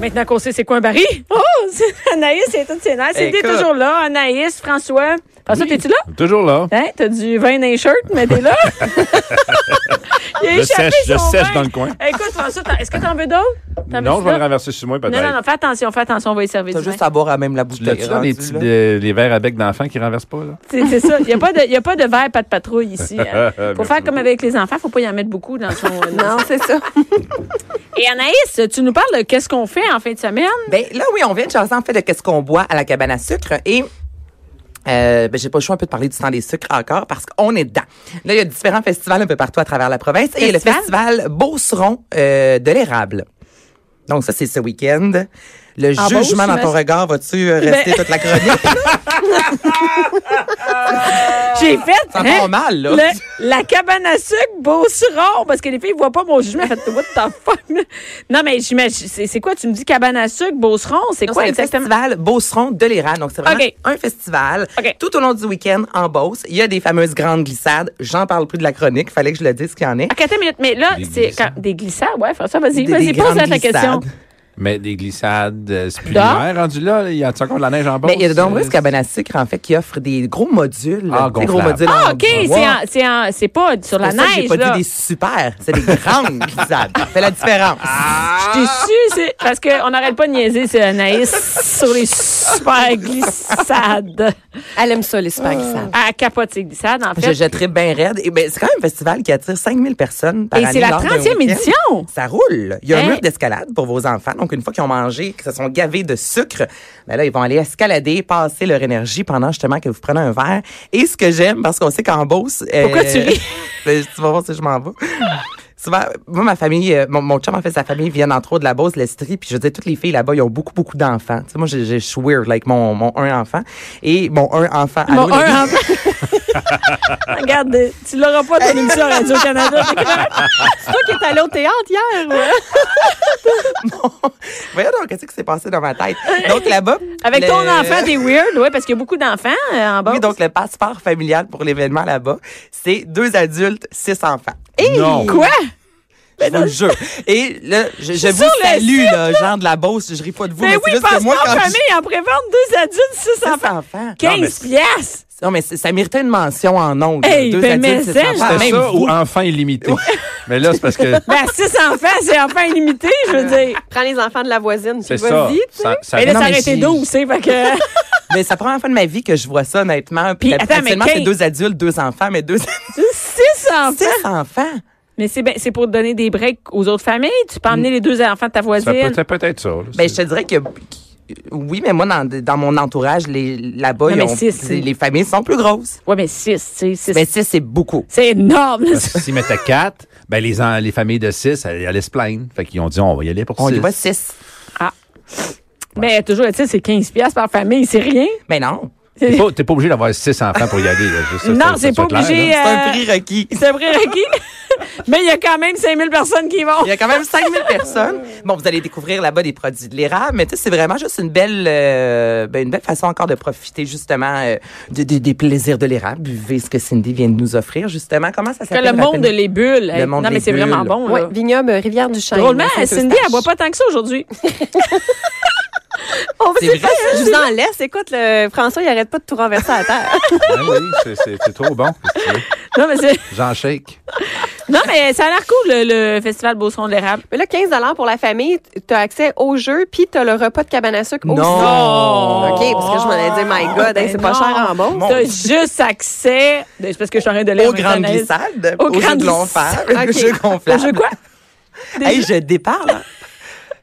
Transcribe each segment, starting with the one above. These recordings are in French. Maintenant qu'on sait c'est quoi un baril. Oh, c'est- Anaïs, c'est toutes ses nerfs. C'est Écoute. toujours là. Anaïs, François. François, Oui. t'es-tu là? Toujours là. Hein? T'as du vin dans les shirts, mais t'es là. Il a Je échappé sèche, je son sèche vin. dans le coin. Écoute, François, t'en- est-ce que t'en veux d'autres? T'en veux-tu Non, je vais le d'autres? renverser sur moi, Non, non, peut-être. non, fais attention, fais attention, on va y servir T'as du vin. juste à boire à même la Tu bouteille. l'as-tu dans rendu les, petits, euh, les verres à bec d'enfants qui renversent pas, là? C'est c'est ça. Il n'y a, pas de- y a pas de verre, pas de patrouille ici. hein. Faut Merci faire comme beaucoup. avec les enfants, faut pas y en mettre beaucoup dans son... Non, c'est ça. Et Anaïs, tu nous parles de qu'est-ce qu'on fait en fin de semaine? Ben là, oui, on vient de jaser en fait de qu'est-ce qu'on boit à la cabane à sucre et euh, ben, j'ai pas le choix un peu de parler du temps des sucres encore parce qu'on est dedans. Là, il y a différents festivals un peu partout à travers la province et il y a le festival Beauceron euh, de l'érable. Donc ça, c'est ce week-end. Le En Ah, Beauce, jugement dans ton mais- regard, vas-tu euh, rester Ben- toute la chronique? J'ai fait Euh, Ça hein, va mal, là. le- la cabane à sucre Beauceron, parce que les filles voient pas mon jugement. Elles font, what the fuck? Non, mais j'imagine, c'est c'est quoi? Tu me dis cabane à sucre Beauceron, c'est Non, quoi c'est le exactement? festival Beauceron de l'Érable. Donc, c'est vraiment OK. un festival. OK. Tout au long du week-end, en Beauce, il y a des fameuses grandes glissades. J'en parle plus de la chronique. Fallait que je le dise qu'il y en ait. OK, attends une minute, mais là, Des c'est glissades. quand- des glissades, ouais, François, vas-y, Des- Ah, vas-y, des pose-la grandes ta question. glissades. Mais des glissades, euh, c'est plus Dehors? l'hiver rendu là. là. Il y a encore de la neige en Euh, bas. Mais il y a de nombreuses cabanes à sucre, en fait, qui offrent des gros modules. Ah, des gros gonflables. modules Ah, en OK, c'est bois. en- c'est en- c'est pas sur la Pour ça que neige, J'ai pas là. Ah. dit des super, c'est des grandes glissades. Ça fait la différence. Ah. Je suis déçue, c'est parce qu'on n'arrête pas de niaiser, c'est Anaïs, sur les super glissades. Elle aime ça, les super glissades. À capote ses glissades, en Je fait. jetterai bien raide. Et ben, c'est quand même un festival qui attire 5000 personnes par Et année c'est la lors d'un 30e week-end. édition. Hein? Ça roule. Il y a Hey. un mur d'escalade pour vos enfants. Donc, une fois qu'ils ont mangé, qu'ils se sont gavés de sucre, ben là, ils vont aller escalader, passer leur énergie pendant justement que vous prenez un verre. Et ce que j'aime, parce qu'on sait qu'en Beauce... euh, Pourquoi tu ris? ben, tu vas voir si je m'en vais. Souvent, moi, ma famille, euh, mon, mon chum, en fait, sa famille vient entre autres de la Beauce, l'Estrie, puis je veux dire, toutes les filles là-bas, ils ont beaucoup, beaucoup d'enfants. Tu sais, moi, j'ai- j'ai- je suis weird, like, mon, mon un enfant. Et mon un enfant... Bon, allô, les- un enfant. Regarde, tu l'auras pas ton émission à Radio-Canada. C'est toi qui es allé au théâtre hier, ouais. Voyons donc, qu'est-ce qui s'est passé dans ma tête? Donc là-bas. Avec le- ton enfant, t'es weird, ouais, parce qu'il y a beaucoup d'enfants euh, en bas. Oui, donc le passeport familial pour l'événement là-bas, c'est deux adultes, six enfants. Non. Quoi? Je vous le jure. Et là, je, je vous sur le salue, site, là, genre de la Beauce, je ris pas de vous, mais, Mais Ben oui, c'est juste que passe moi, en quand je- famille, en prévente, deux adultes, six Six enfants. enfants. 15 piastres! Non, mais c'est- ça méritait une mention en ondes. là. Hey, deux ben, mais adultes, six ça, enfants. C'était Ah, Même ça vous. ou enfant illimité. Mais là, c'est parce que Ben, six enfants, c'est enfant illimité, je veux dire. Prends les enfants de la voisine, c'est ça. puis vas-y. ça, ça- Mais là, non, ça mais aurait été j'ai- 12, c'est fait que. Mais Ben, c'est la première fois de ma vie que je vois ça, honnêtement. Puis, attends, mais habituellement, quinze- c'est deux adultes, deux enfants, mais deux Six enfants! six enfants. Mais c'est ben- c'est pour donner des breaks aux autres familles. Tu Mm. peux emmener les deux enfants de ta ça peut voisine. être peut-être ça. là. Ben, C'est- je te dirais que oui, mais moi, dans, dans mon entourage, les- Non, là-bas, ils mais ont- six, c'est- les familles sont plus grosses. Ouais, mais six, tu sais, six. Mais six, c'est beaucoup. C'est énorme. là. Parce que s'ils mettaient quatre, ben les, en- les familles de six elles allaient se plaindre. Fait qu'ils ont dit, on va y aller pour On six. y va six. Mais toujours, tu sais, c'est 15 piastres par famille, c'est rien. Mais Ben, non, T'es pas, t'es pas obligé d'avoir six enfants pour y aller. là. Juste ça, Non, ça- c'est ça pas soit clair, obligé. là. c'est Euh, un prix requis. C'est vrai, Rocky. Mais il y a quand même 5000 personnes qui y vont. Il y a quand même 5000 personnes. Bon, vous allez découvrir là-bas des produits de l'érable, mais tu sais, c'est vraiment juste une belle, euh, ben, une belle façon encore de profiter justement euh, de- de- des plaisirs de l'érable. Buvez ce que Cindy vient de nous offrir, justement. Comment ça Que s'appelle? le monde de rappelle-nous? les bulles. hey. monde non, mais des c'est bulles. vraiment bon. Ouais, Là. vignoble euh, rivière du Chêne. Drôlement, Cindy, elle boit pas tant que ça aujourd'hui. On va C'est vrai. Je vous en laisse. Écoute, le François, il arrête pas de tout renverser à terre. Ah oui, c'est- c'est c'est trop bon. Non, mais c'est- J'en shake. non, mais ça a l'air cool, le, le festival Beauceron de l'érable. Mais là, 15 pour la famille, tu as accès au jeu, puis tu as le repas de cabane à sucre aussi. Oh! Ah, Non. OK, parce que je m'en ai dit, my God, Ben hey, c'est pas non. cher en bon. T'as juste accès. C'est parce que je suis en train de lire. Aux mes grandes analyses. glissades, Aux aux, jeux grandes de l'enfer, glissades. aux jeux OK. gonflables. Je quoi? Déjà? Hey, je départ, là,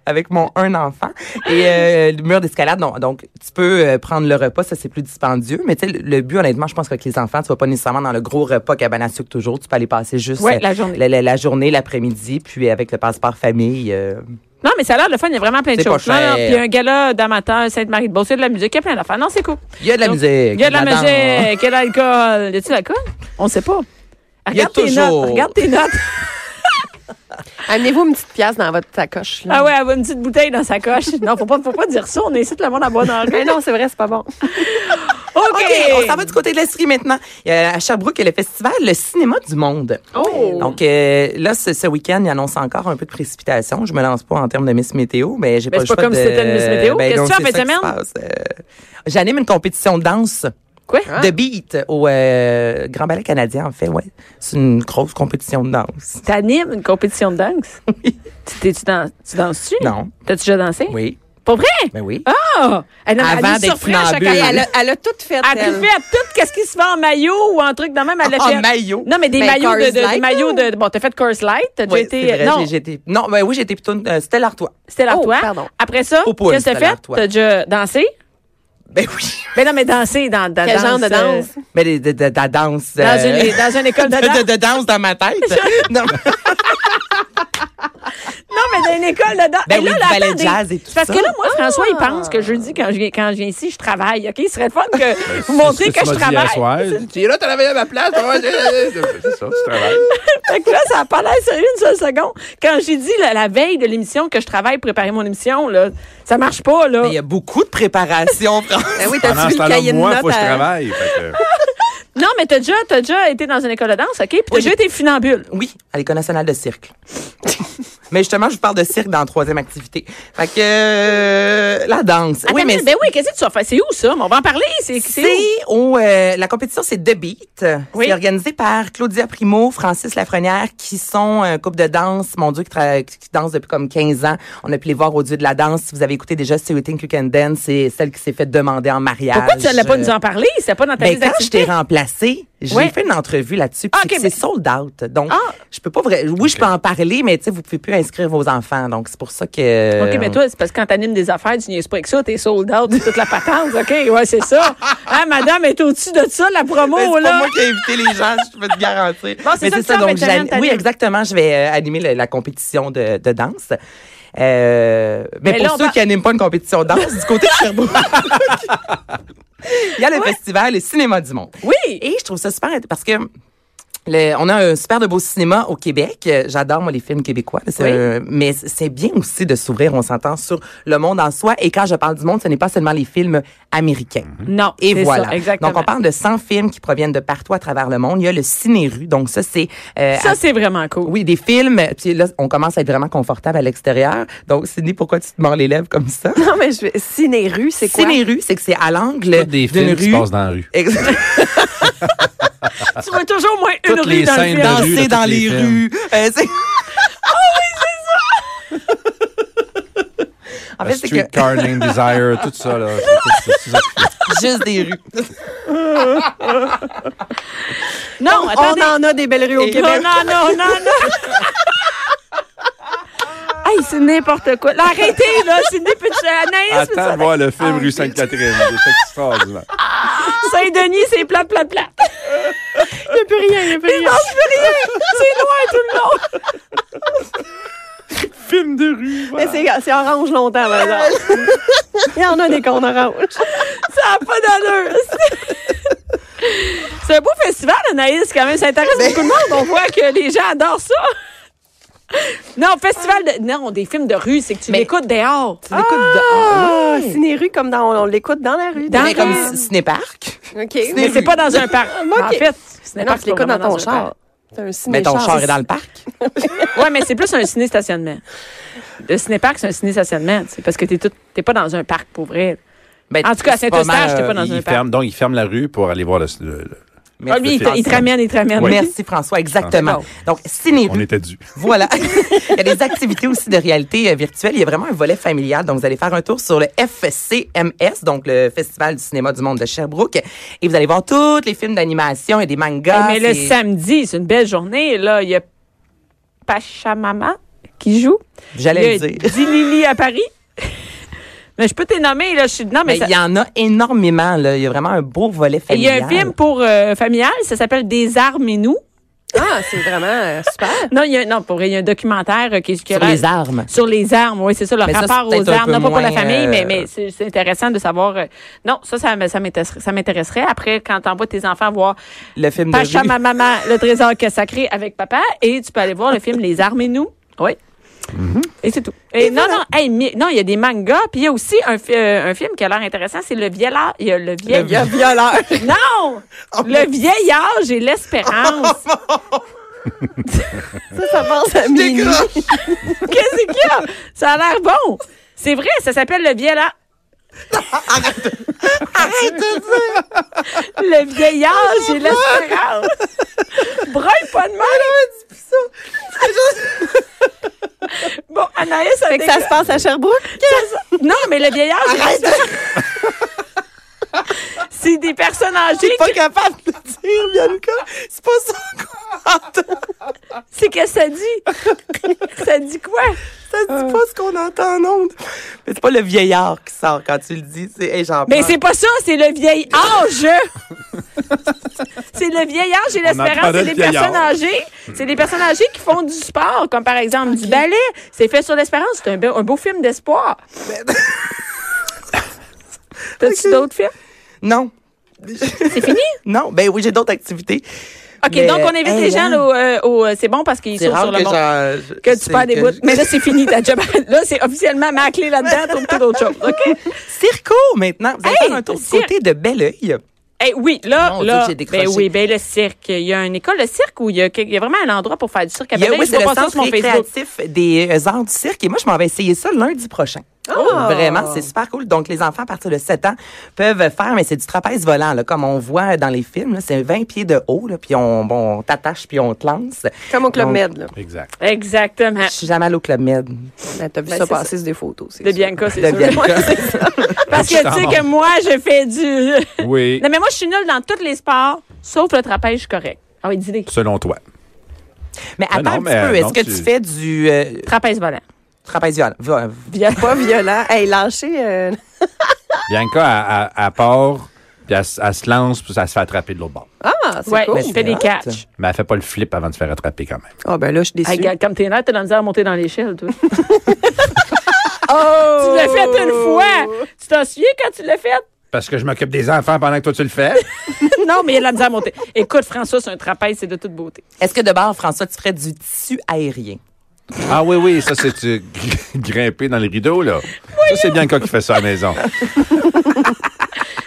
Avec mon un enfant. Et euh, le mur d'escalade, non. Donc, tu peux euh, prendre le repas, ça, c'est plus dispendieux. Mais tu sais, le, le but, honnêtement, je pense qu'avec les enfants, tu vas pas nécessairement dans le gros repas cabane à sucre toujours. Tu peux aller passer juste Ouais, euh, la journée. la, la- la journée, l'après-midi, puis avec le passeport famille. euh, Non, mais ça a l'air le fun. Il y a vraiment plein de C'est pas choses. Non, non, cher. Puis un gala d'amateurs, Sainte-Marie-de-Beauce, il y a de la musique, il y a plein d'affaires. Non, c'est cool. Il y a de la Donc, musique. Il y a de la danse. musique, il y a de l'alcool. Y a-tu de l'alcool? On sait pas. Il y a Regarde tes toujours. notes. Regarde tes notes. Amenez-vous une petite pièce dans votre sacoche. Là. Ah ouais, elle a une petite bouteille dans sa coche. Non, faut pas, faut pas dire ça. On incite le monde à boire dans la rue. Mais non, c'est vrai, c'est pas bon. OK. on s'en va du côté de l'Estrie maintenant. Il y a à Sherbrooke, il y a le festival Le Cinéma du Monde. Oh! Donc euh, là, ce, ce week-end, il annonce encore un peu de précipitation. Je me lance pas en termes de Miss Météo, mais j'ai Ben, pas c'est pas comme si c'était une Miss Météo. Ben, Qu'est-ce que tu fais en fin de semaine? Euh, J'anime une compétition de danse. Quoi? De beat au euh, Grand Ballet canadien, en fait, ouais. C'est une grosse compétition de danse. T'animes une compétition de danse? Oui. Tu, t'es- tu, dans- tu danses-tu? Non. T'as-tu déjà dansé? Oui. Pas vrai? Ben oui. Ah! Elle, Avant elle nous d'être surprend à chaque funambule. année. Hey, Elle elle, a, a, elle a tout fait. elle a elle. tout fait tout. Qu'est-ce qui se fait en maillot ou en truc de même? Elle a En fait- maillot? Non, mais des Ben, maillots de, Coors de- des Light, maillots là. de. Bon, t'as fait Curse Light. T'as déjà Oui, été. c'est vrai, non, j'ai- j'étais- non, ben oui, j'étais plutôt une, euh, Stella Artois. c'était la Oh, toi. pardon. Après ça, Au poule, qu'est-ce que t'as c'était fait? l'Artois. T'as déjà dansé? Ben oui. Ben non, mais danser dans, dans Quel genre de euh, danse? Mais de, de- de- de la danse. Dans, euh, une, dans une école de danse. de, de danse dans ma tête. non. Non, mais dans une école de danse. Ben Et là, oui, là, du ballet attendez. jazz et tout Parce que ça. là, moi, François, Ah! il pense que jeudi, quand je viens, quand je viens ici, je travaille. OK? Il serait le fun Ben, que vous montrez que je travaille. Tu es là, t'as travaillé à ma place. C'est ça, tu travailles. Fait que là, ça n'a pas l'air sérieux une seule seconde. Quand j'ai dit la, la veille de l'émission que je travaille pour préparer mon émission, là, ça marche pas, là. Mais il y a beaucoup de préparation, France. Ben oui, Pendant ce t'as-tu vu le temps-là, cahier de moi, notes? faut que je à- travaille. Fait que- Non, mais t'as déjà, t'as déjà été dans une école de danse, OK? Puis t'as euh, Oui, déjà été funambule. Oui, à l'École nationale de cirque. Mais justement, je vous parle de cirque dans la troisième activité. Fait que euh, la danse. Attends, oui, mais ben oui, qu'est-ce que tu vas faire? C'est où, ça? Mais On va en parler. C'est c'est où? c'est au euh, la compétition c'est The Beat. Oui. C'est organisé par Claudia Primo, Francis Lafrenière qui sont un couple de danse, mon dieu qui, tra- qui danse depuis comme 15 ans. On a pu les voir au Dieu de la danse. Si vous avez écouté déjà See You Think You Can Dance, c'est celle qui s'est fait demander en mariage. Pourquoi tu n'allais pas nous en parler? C'était pas dans ta Ben, liste quand je t'ai d'activités. remplacée, j'ai Ouais. fait une entrevue là-dessus. puis Ah, c'est que ok, c'est ben- sold out. Donc, Ah. je peux pas vrai. Oui, je peux en parler, mais tu sais, vous pouvez plus inscrire vos enfants. Donc, c'est pour ça que. OK, mais toi, c'est parce que quand t'animes des affaires, tu niaises pas avec ça, t'es sold out, c'est toute la patente, OK? Ouais, c'est ça. Hein, madame est au-dessus de ça, la promo, Ben, c'est oh, là. pas moi qui ai invité les gens, je peux te garantir. Bon, c'est Mais ça que tu fais en donc, fin de semaine, j'an- oui, t'animes. exactement. Je vais euh, animer le- la compétition de, de danse. Euh, mais, Mais pour là, on ceux va- qui n'animent pas une compétition de danse, du côté de Sherbrooke, il y a le festival Le Cinéma du Monde. Oui. Et je trouve ça super int- parce que le- on a un super de beau cinéma au Québec. Euh, J'adore, moi, les films québécois. C'est Oui. un- mais c- c'est bien aussi de s'ouvrir, on s'entend, sur le monde en soi. Et quand je parle du monde, ce n'est pas seulement les films américains. Non, Et Mm-hmm. c'est voilà. ça, exactement. Donc, on parle de 100 films qui proviennent de partout à travers le monde. Il y a le ciné-rue. Donc, ça, c'est... euh, à- Ça, c'est vraiment cool. oui, des films. Puis là, on commence à être vraiment confortable à l'extérieur. Donc, Cindy, pourquoi tu te mords les lèvres comme ça? Non, mais je vais... Ciné-rue, c'est quoi? Ciné-rue, c'est que c'est à l'angle Toutes des d'une films rue. qui se passent dans la rue. Exact. Tu vois toujours au moins une Toutes rue les dans le scènes film. de Danser rue. là, dans toutes les les films. rues. Euh, c'est... En fait, c'est que Streetcar Name Desire, tout ça. Là. C'est- c'est- c'est ça. juste des rues. Non, attendez. On en a des belles rues au Et- Québec. Non, non, non, non, non. Hey, c'est n'importe quoi. Là, arrêtez, là. C'est une Anaïs, mais Attends ça- de voir le Ah, film Rue Sainte-Catherine. C'est extraordinaire. Saint-Denis, c'est plate, plate, plate. Il n'y a plus rien, il n'y a plus rien. Non, je veux rien. C'est loin tout le long. film de rue. Mais c'est- c'est orange longtemps, par exemple. Il y en a des cons orange. Ça n'a pas d'allure. C'est un beau festival, Anaïs, quand même. Ça intéresse beaucoup de monde. On voit que les gens adorent ça. Non, festival de. Non, des films de rue, c'est que tu Mais- l'écoutes dehors. Ah, Tu l'écoutes dehors. Ciné-rue, Ah, comme dans, on, on l'écoute dans la rue. Dans la Mais comme rue. ciné-parc. OK. Mais des c'est rues. pas dans un parc. En Ok. fait, ce n'est Mais non, pas tu l'écoutes dans ton char. C'est un Mais ton ciné-char. char est dans le parc. Oui, mais c'est plus un ciné-stationnement. Le ciné-parc, c'est un ciné-stationnement, tu sais, parce que t'es tout- t'es pas dans un parc pour vrai. Ben, En tout cas, à c'est pas Saint-Eustache, mal, t'es euh, pas dans un Il parc. ferme, donc, il ferme la rue pour aller voir le. le- le- Ah, lui, il, te- il te ramène, il te ramène. Merci François, Ah, exactement. Donc, ciné on était dû. Voilà. il y a des activités aussi de réalité euh, virtuelle. Il y a vraiment un volet familial. Donc, vous allez faire un tour sur le FCMS, donc le Festival du cinéma du monde de Sherbrooke. Et vous allez voir tous les films d'animation et des Hey, mangas. mais le C'est- samedi, c'est une belle journée. Là, il y a Pachamama qui joue. Il J'allais y le a dire. Dilili à Paris. mais je peux t'en nommer. Là, je suis... Non, mais, Mais ça- il y en a énormément. Là. Il y a vraiment un beau volet il y a familial. un film pour euh, familial, ça s'appelle Des armes et nous. Ah, c'est vraiment euh, super. Non, il y a, un- non, pour vrai, il y a un documentaire euh, qui est sur les armes. Sur les armes, oui, c'est ça, le Mais ça, c'est rapport aux peut-être un armes. peu Non, pas pour la moins, famille, euh, mais, mais c'est c'est intéressant de savoir. euh, non, ça, ça, me- ça m'intéresserait. ça m'intéresserait. Après, quand t'envoies tes enfants voir Le film de Pacha, rue. ma maman, le trésor que sacré avec papa, et tu peux aller voir le film Les armes et nous. Oui. Et c'est tout. Et non, non, hey, mais- non, il y a des mangas, puis il y a aussi un, fi- euh, un film qui a l'air intéressant, c'est Le Vieillard. Il y a Le Vieil. violeur. Non! le Vieillage et l'Espérance. Ça, ça passe à minuit. Décroche. Qu'est-ce qu'il y a? Ça a l'air bon. C'est vrai, ça s'appelle Le Vieillard. Arrête de dire. Le Vieillage et l'Espérance. Brun, pas de mal. Bon, Anaïs, Fait avec que ça se passe à Sherbrooke. Non, mais le vieillard, c'est- Arrête. c'est des personnes âgées. T'es pas capable de le dire, Bianca. C'est pas ça qu'on entend. C'est que ça dit. ça dit quoi? Ça dit pas ce qu'on entend en ondes. Mais c'est pas le vieillard qui sort quand tu le dis. C'est, hey, j'en Mais parle. c'est pas ça, c'est le vieil âge. c'est le vieil âge et l'espérance. entendait C'est le des vieillard. personnes âgées. C'est des personnes âgées qui font du sport, comme par exemple du ballet. C'est fait sur l'espérance. C'est un, be- un beau film d'espoir. T'as-tu Ok. d'autres films? Non. C'est fini? Non, ben oui, j'ai d'autres activités. OK, Mais, donc on invite hey, les gens hein. là, au, euh, au, euh, C'est bon parce qu'ils C'est sont rare sur que, le monde. j'en- je- Que tu c'est perds des que bouts. je- Mais là, c'est fini ta job. Là, c'est officiellement ma clé là-dedans. Trouve tout autre chose. OK? Circo, maintenant. Vous allez Hey, faire un tour du cirque. côté de Belleuil. Eh oui, là, Mon Dieu, là, que j'ai ben décroché. oui, ben le cirque. Il y a une école de cirque où il y a, que- il y a vraiment un endroit pour faire du cirque. à Il y a- Belleuil. oui, Je c'est vois le pas ça centre sur mon Facebook. récréatif des euh, arts du cirque. Et moi, je m'en vais essayer ça lundi prochain. Vraiment, c'est super cool. Donc, les enfants à partir de 7 ans peuvent faire, mais c'est du trapèze volant, là, comme on voit dans les films. là. C'est 20 pieds de haut, là, puis on, bon, on t'attache, puis on te lance. Comme au Club Donc, Med, là. Exact. Exactement. Je suis jamais allée au Club Med. Ben, T'as vu Ben, ça c'est passer, c'est des photos. c'est De sûr. Bianca, c'est De sûr. Bianca. Parce que tu sais que moi, je fais du... Oui. Non, mais moi, je suis nulle dans tous les sports, sauf le trapèze, je suis correct. Ah oui, dis-le. Selon toi. Mais Ah attends non, un mais, petit peu, euh, est-ce non, que tu- tu fais du euh, Trapèze volant. trapèze volant? Va- Bien. Pas violent. Hey, lâcher. euh, Bianca, à, à, part, puis elle, s- elle se lance, puis elle se fait attraper de l'autre bord. Ah, c'est Ouais, cool. je fais des hot. catchs. Mais elle fait pas le flip avant de se faire attraper quand même. Ah, ben là, je suis déçue. Hey, regarde, comme t'es là, t'as de la misère à monter dans l'échelle, toi. Tu l'as fait une Oh! fois. Tu t'en souviens quand tu l'as fait? Parce que je m'occupe des enfants pendant que toi tu le fais. non, mais il y a de la misère à monter. Écoute, François, c'est un trapèze, c'est de toute beauté. Est-ce que de bord, François, tu ferais du tissu aérien? ah oui, oui, ça c'est tu- grimper dans les rideaux, là. Ça, c'est Bianca qui fait ça à la maison.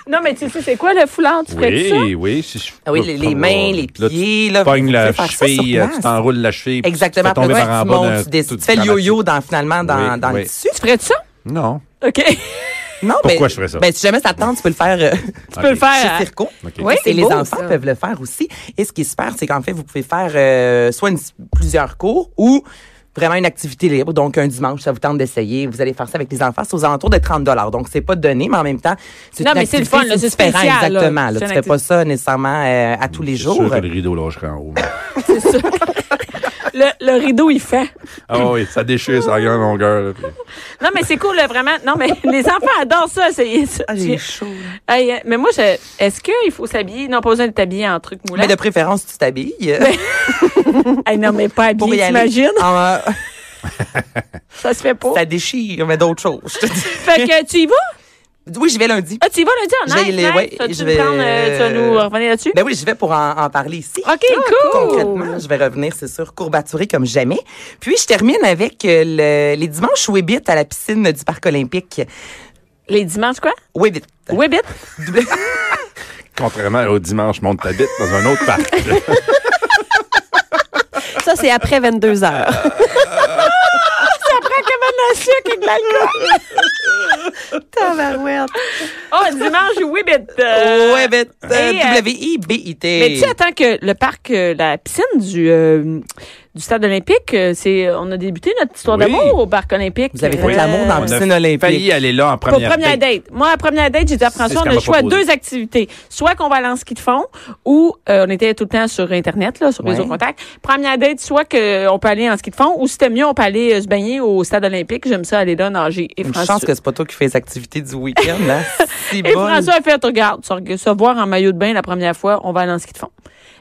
Non, mais tu sais, c'est quoi le foulard? Tu ferais ça? Oui, oui. si je- Ah oui, les- les mains, les Là, tu pieds, là, pognes vous pouvez la faire ça sur cheville, euh, place. tu t'enroules la cheville. puis Exactement. Tu te fais tomber Après, par en tu bas montes, d'un- tu, décides- tout tu fais le dramatique. yo-yo dans, finalement dans, Oui, dans oui. le tissu. Tu ferais de ça? Non. OK. Non, Pourquoi ben, je ferais ça? Ah. Ben, si jamais ça te tente, tu peux le faire euh, Tu peux le faire. chez hein? Circo. Oui, c'est et les beau, enfants ça. peuvent le faire aussi. Et ce qui est super, c'est qu'en fait, vous pouvez faire euh, soit une- plusieurs cours ou vraiment une activité libre. Donc, un dimanche, ça vous tente d'essayer. Vous allez faire ça avec les enfants. C'est aux alentours de 30 Donc, c'est pas donné, mais en même temps, c'est Non, une mais c'est le fun, activité, là, c'est différent, spécial, là. Exactement. là. C'est Tu une fais pas ça nécessairement euh, à tous les C'est jours. sûr que le rideau, là, je serais en haut. C'est ça. Le, le rideau, il fait. Ah oui, ça déchire, ça gagne longueur. là, puis- Non, mais c'est cool, là, vraiment. Non, mais les enfants adorent ça, essayer ça. Ah, j'ai chaud. Hey, euh, mais moi, je... est-ce qu'il faut s'habiller? Non, pas besoin de t'habiller en truc moulant. Mais de préférence, tu t'habilles. euh, Ben, Hey, non, mais pas pour y habillé, aller. t'imagines? Ah, euh, Ça se fait pas. ça déchire, mais d'autres choses. je te dis. Oh. Fait que tu y vas? Oui, je vais lundi. Ah, tu y vas lundi en Je vais y nice, aller, nice. ouais, tu, vas-tu je nous vais- prendre, euh, tu vas nous revenir là-dessus? Ben oui, je vais pour en, en parler ici. Ah, OK, cool. Concrètement, je vais revenir, c'est sûr, courbaturé comme jamais. Puis, je termine avec euh, le- les dimanches Webit à la piscine du Parc olympique. Les dimanches, quoi? Webit. Webbit? Contrairement au dimanche, monte ta bite dans un autre parc. Ça, c'est après 22 heures. Prends comme un sucre avec de l'alcool. Tabarouette. Oh, dimanche, Webbit. Euh, Webit. et, euh, W-I-B-I-T. Mais tu sais, attends que le parc, euh, la piscine du, euh, du stade olympique, euh, c'est, on a débuté notre histoire Oui. d'amour au parc olympique. Vous avez fait Euh, de l'amour dans la On a piscine olympique. failli aller là en Pour première, première date. date. Moi, à première date, j'ai dit à François, ce on a qu'elle le m'a choix de proposé. deux activités. Soit qu'on va aller en ski de fond, ou euh, on était tout le temps sur Internet, là, sur Ouais. Réseau Contact. Première date, soit qu'on peut aller en ski de fond, ou si c'était mieux, on peut aller euh, se baigner au stade olympique. J'aime ça aller là nager. Et Une François, chance que c'est pas toi qui fais les activités du week-end. Hein? Si et bon. François a fait, regarde, se- se voir en maillot de bain la première fois, on va aller en ski de fond.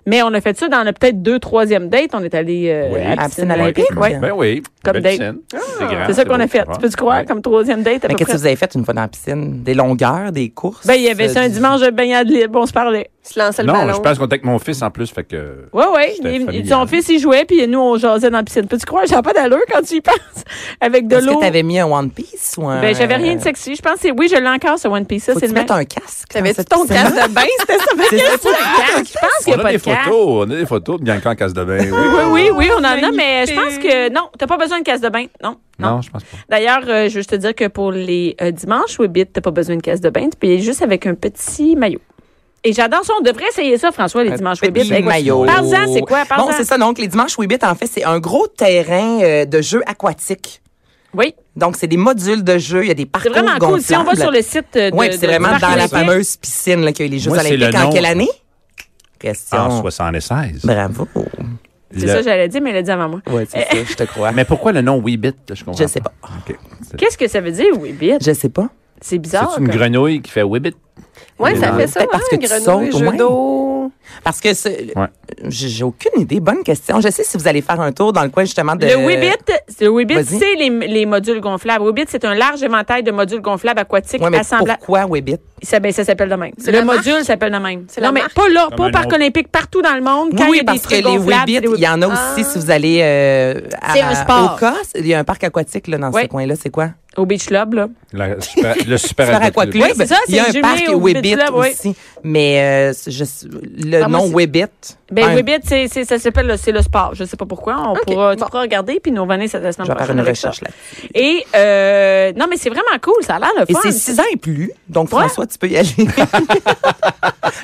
Mais on a fait ça dans le peut-être deux, troisième date. On est allé euh, Oui. à la piscine Piscine olympique. olympique, ouais. ouais. Ben oui. Comme belle date. piscine. C'est grand, C'est ça beau, qu'on a Ah, c'est fait. grand. Tu peux te croire, Ouais. comme troisième date à Mais peu qu'est-ce près. que vous avez fait une fois dans la piscine? Des longueurs, des courses? Ben, il y avait euh, ça un du- dimanche de baignade libre, on se parlait. se lançait le Non, ballon. je pense qu'on était avec mon fils en plus, fait que. Oui, oui. C'était Il- familial. Son fils, il jouait, puis nous, on jasait dans la piscine. Peux-tu croire, j'avais pas d'allure quand tu y penses? Avec de Est-ce que l'eau. t'avais mis un One Piece ou un. euh, Ben, j'avais rien de sexy. Je pense que c'est- oui, je l'ai encore, ce One Piece. Ça, Faut c'est tu le mettre même. un casque. dans T'avais-tu cette ton piscine-là? casse de bain? C'était ça, C'est ça, faut- Je pense qu'il n'y On a a pas des de cadre. photos, on a des photos de Bianca en casse de bain. Oui. Oui, oui, oui, on en a, mais je Magnifique. pense que non, t'as pas besoin de casse de bain. Non. Non. Non, je pense pas. D'ailleurs, euh, je veux juste te dire que pour les euh, dimanches Weebit, t'as pas besoin de casse de bain. Tu peux y aller juste avec un petit maillot. Et j'adore ça. On devrait essayer ça, François, les dimanches Petit Weebit. Avec... maillot. Parle-en, c'est quoi? Parle-en. Bon, c'est ça. Donc, les dimanches Weebit, en fait, c'est un gros terrain euh, de jeu aquatique. Oui, Donc, c'est des modules de jeu. Il y a des c'est parcours vraiment cool. Si on va gonflables. sur le site euh, de. Oui, puis c'est de- du vraiment parc dans la olympique. fameuse piscine là, qu'il y a eu les Jeux Moi, c'est olympiques. le En nom. quelle année? Question. Ah, En 76. Bravo. C'est Le- ça, j'allais dire, mais elle l'a dit avant moi. Oui, c'est ça, je te crois. Mais pourquoi le nom Weebit? Je comprends. Je sais pas. OK. C'est- Qu'est-ce que ça veut dire, Weebit? Je sais pas. C'est bizarre. C'est une comme- grenouille qui fait Weebit. Oui, ça Non. fait ça. Peut-être parce hein, que tu grenouille, sautes, jeu ouais. d'eau. Parce que c'est- Ouais. j'ai j'ai aucune idée. Bonne question. Je sais si vous allez faire un tour dans le coin justement de. Le Weebit, le Weebit, Vas-y. c'est les, les modules gonflables. Weebit, c'est un large éventail de modules gonflables aquatiques Oui, mais assemblables. pourquoi Weebit? Ça, ben, ça s'appelle de même. C'est Le la marque? module s'appelle de même. C'est non, la mais marque? pas là, pas Comme au un parc autre. olympique, partout dans le monde. Oui, Quand il oui, y a parce des que trucs les gonflables, Weebits, c'est des il y en a aussi si vous allez euh, Ah. à- C'est un sport. au Cos. Il y a un parc aquatique là, dans Oui. ce coin-là. C'est quoi? Au Beach Club, là. La super- le super, Super aqua Aquaclub. club. Oui, c'est ça, Il y a c'est un jumelé parc au Weebit Weebit, là, oui. aussi. Mais euh, je- le Ah, moi, nom c'est- Weebit. Ben, un- Weebit, c'est, c'est- ça s'appelle le, c'est le sport. Je sais pas pourquoi. On pourra, tu pourras regarder, puis nous revenir cette semaine Je vais faire prochaine une avec ça. recherche là. Et, euh, non, mais c'est vraiment cool. Ça a l'air le Et fun. c'est 6 ans et plus. Donc, Ouais. François, tu peux y aller.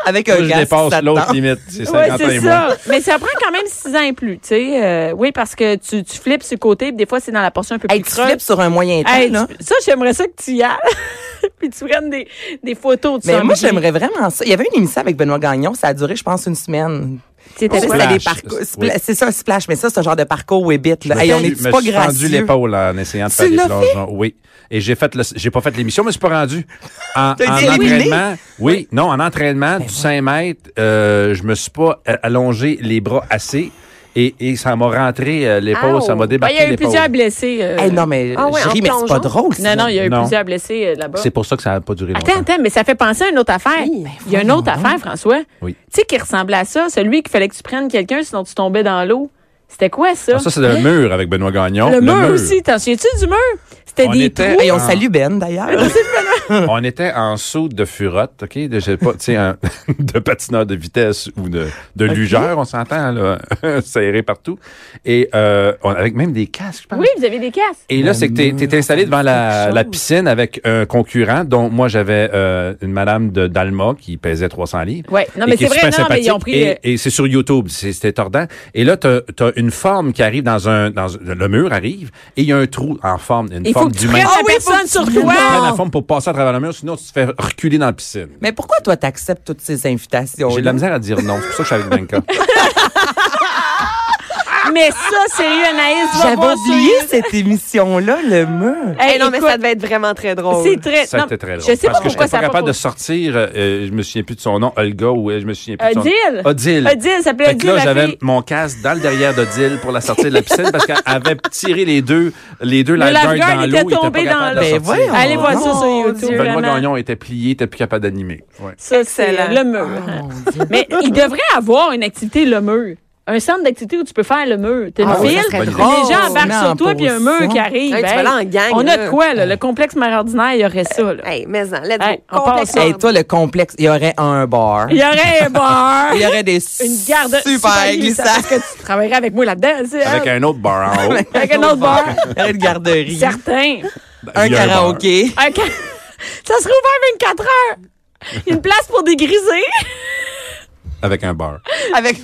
Avec un Je gars, si ça dépasse te l'autre tente. limite. C'est Oui, 50 ans et c'est moins. ça. Mais ça prend quand même six ans et plus, tu sais. Euh, oui, parce que tu, tu flippes sur le côté, puis des fois, c'est dans la portion un peu Hey, plus tu creuse. flippes sur un moyen temps, Hey, là. tu- ça, j'aimerais ça que tu y ailles. puis tu prennes des, des photos de ça. Mais moi, j'aimerais vraiment ça. Il y avait une émission avec Benoît Gagnon. Ça a duré, je pense, une semaine. C'était Ça, Splash. c'était des parcours- Oui. spla- C'est ça, un splash. Mais ça, c'est un genre de parcours Webbit, Je me là. Hey, on suis- est me pas suis rendu gracieux. l'épaule en essayant de Tu faire des l'as plongeons. Oui. Et j'ai fait le- j'ai pas fait l'émission, mais je suis pas rendu. En, T'as en été éliminé? Ben entraînement, oui, non, en entraînement du 5 mètres, euh, je me suis pas euh, allongé les bras assez et, et ça m'a rentré euh, l'épaule, Ow. ça m'a Ben, débarqué il y a eu l'épaule. plusieurs blessés. euh, Hey, non, mais Ah ouais, je en ris, mais c'est pas plongeon? drôle. non, non, il y a eu Non. plusieurs blessés euh, là-bas. C'est pour ça que ça n'a pas duré Attends, longtemps. attends, mais ça fait penser à une autre affaire. Oui, ben, il y a une autre affaire, François. Oui. Tu sais, qui ressemblait à ça, celui qu'il fallait que tu prennes quelqu'un, sinon tu tombais dans l'eau. C'était quoi, ça? Ah, ça, c'est un mur avec Benoît Gagnon. Hein? le, mur, aussi. T'en souviens-tu du mur? C'était On des était- trous. Et on Ah. salue Ben, d'ailleurs. On était en saut de furotte, OK? De, je sais pas, tu sais, un- de patineur de vitesse ou de, de lugeur, on s'entend, là, serré partout. Et euh, on- avec même des casques, je pense. Oui, vous avez des casques. Et là, c'est que t'es t'es installé devant la, quelque la chose. piscine avec un concurrent, dont moi, j'avais euh, une madame de d'Alma qui pesait 300 livres. Ouais. Non, mais et qui c'est est vrai, super non, mais ils ont sympathique. pris, euh, Et, et c'est sur YouTube, c'est c'est étordant. Et là, t'as as une forme qui arrive dans un... dans un- Le mur arrive, et il y a un trou en forme, une Il faut forme que tu d'humain. prennes Ah la oui, personne faut que sur tu toi. prennes Prends la Non. forme pour passer à travers le mur, sinon tu te fais reculer dans la piscine. Mais pourquoi toi, t'acceptes toutes ces invitations? J'ai de la misère à dire non. C'est pour ça que je suis avec Bianca. Ah! Mais ça, sérieux, Anaïs, va J'avais voir oublié ça. cette émission-là, le mur. Hey, Eh non, mais écoute, ça devait être vraiment très drôle. c'est très. Ça non, c'était très drôle. Je sais pas parce que pourquoi ça j'étais pas a pas capable de sortir. euh, euh, je me souviens plus de son nom, Olga ou euh, je me souviens plus de son Odile? nom. Odile. Odile, elle s'appelait Fait que Odile, là, la j'avais fille. mon casque dans le derrière d'Odile pour la sortir de la piscine parce qu'elle avait tiré les deux, les deux Le lifeguards lifeguard dans l'eau. était il tombé pas dans capable l'eau. de la Ben sortir. voyons. Allez voir ça sur Mon YouTube. Oh, Dieu. Benoît vraiment. Gagnon était plié, était plus capable d'animer. Ouais. Ça, c'est euh, Excellent. Oh, le mur. Mais il devrait avoir une activité le mur. Un centre d'activité où tu peux faire le mur. T'as une Ah oui, file, ça serait les drôle. gens embarquent Non, sur toi, pas puis il y a un mur aussi. qui arrive. Hey, tu Hey, vas là en gang, on a là. de quoi, là? Le complexe mère ordinaire, il y aurait ça, là. Hey, mais en, let's Hey, go. on passe. Complexe. Et toi, le complexe, il y aurait un bar. Il y aurait un bar. Il y aurait des une garde super glissade. glissades. Parce que tu travaillerais avec moi là-dedans, tu sais, Avec hein? un autre bar en haut. Avec un autre bar. Il y aurait une garderie. Certain. Un Il y a bar. karaoké. Un ca- Ça serait ouvert 24 heures. Il y a Une place pour dégriser. Avec un bar. Avec.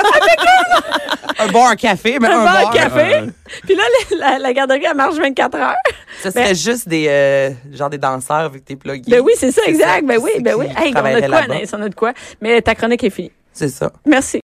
un bar café, mais Un un, bar à bar. café. Puis là, la, la- la garderie, elle marche 24 heures. Ça serait juste des euh, genre des danseurs vu que t'es plugué. Ben oui, c'est ça, exact. ça, Ben oui, c'est ben qui oui. Hey, on a de travaillerait quoi, là-bas. Anaïs, on a de quoi. Mais ta chronique est finie. C'est ça. Merci.